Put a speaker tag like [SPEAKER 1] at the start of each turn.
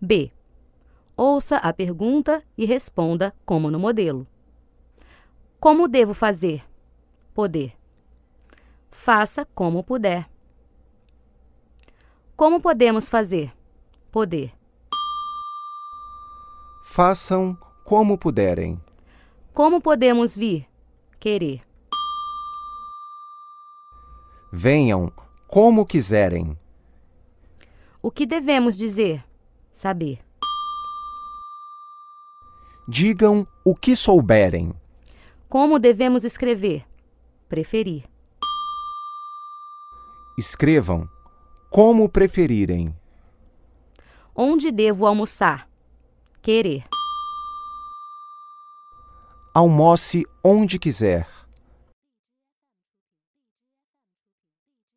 [SPEAKER 1] B. Ouça a pergunta e responda como no modelo. Como devo fazer? Poder. Faça como puder. Como podemos fazer? Poder.
[SPEAKER 2] Façam como puderem.
[SPEAKER 1] Como podemos vir? Querer.
[SPEAKER 2] Venham como quiserem.
[SPEAKER 1] O que devemos dizer? Saber.
[SPEAKER 2] Digam o que souberem.
[SPEAKER 1] Como devemos escrever? Preferir.
[SPEAKER 2] Escrevam como preferirem.
[SPEAKER 1] Onde devo almoçar? Querer.
[SPEAKER 2] Almoce onde quiser.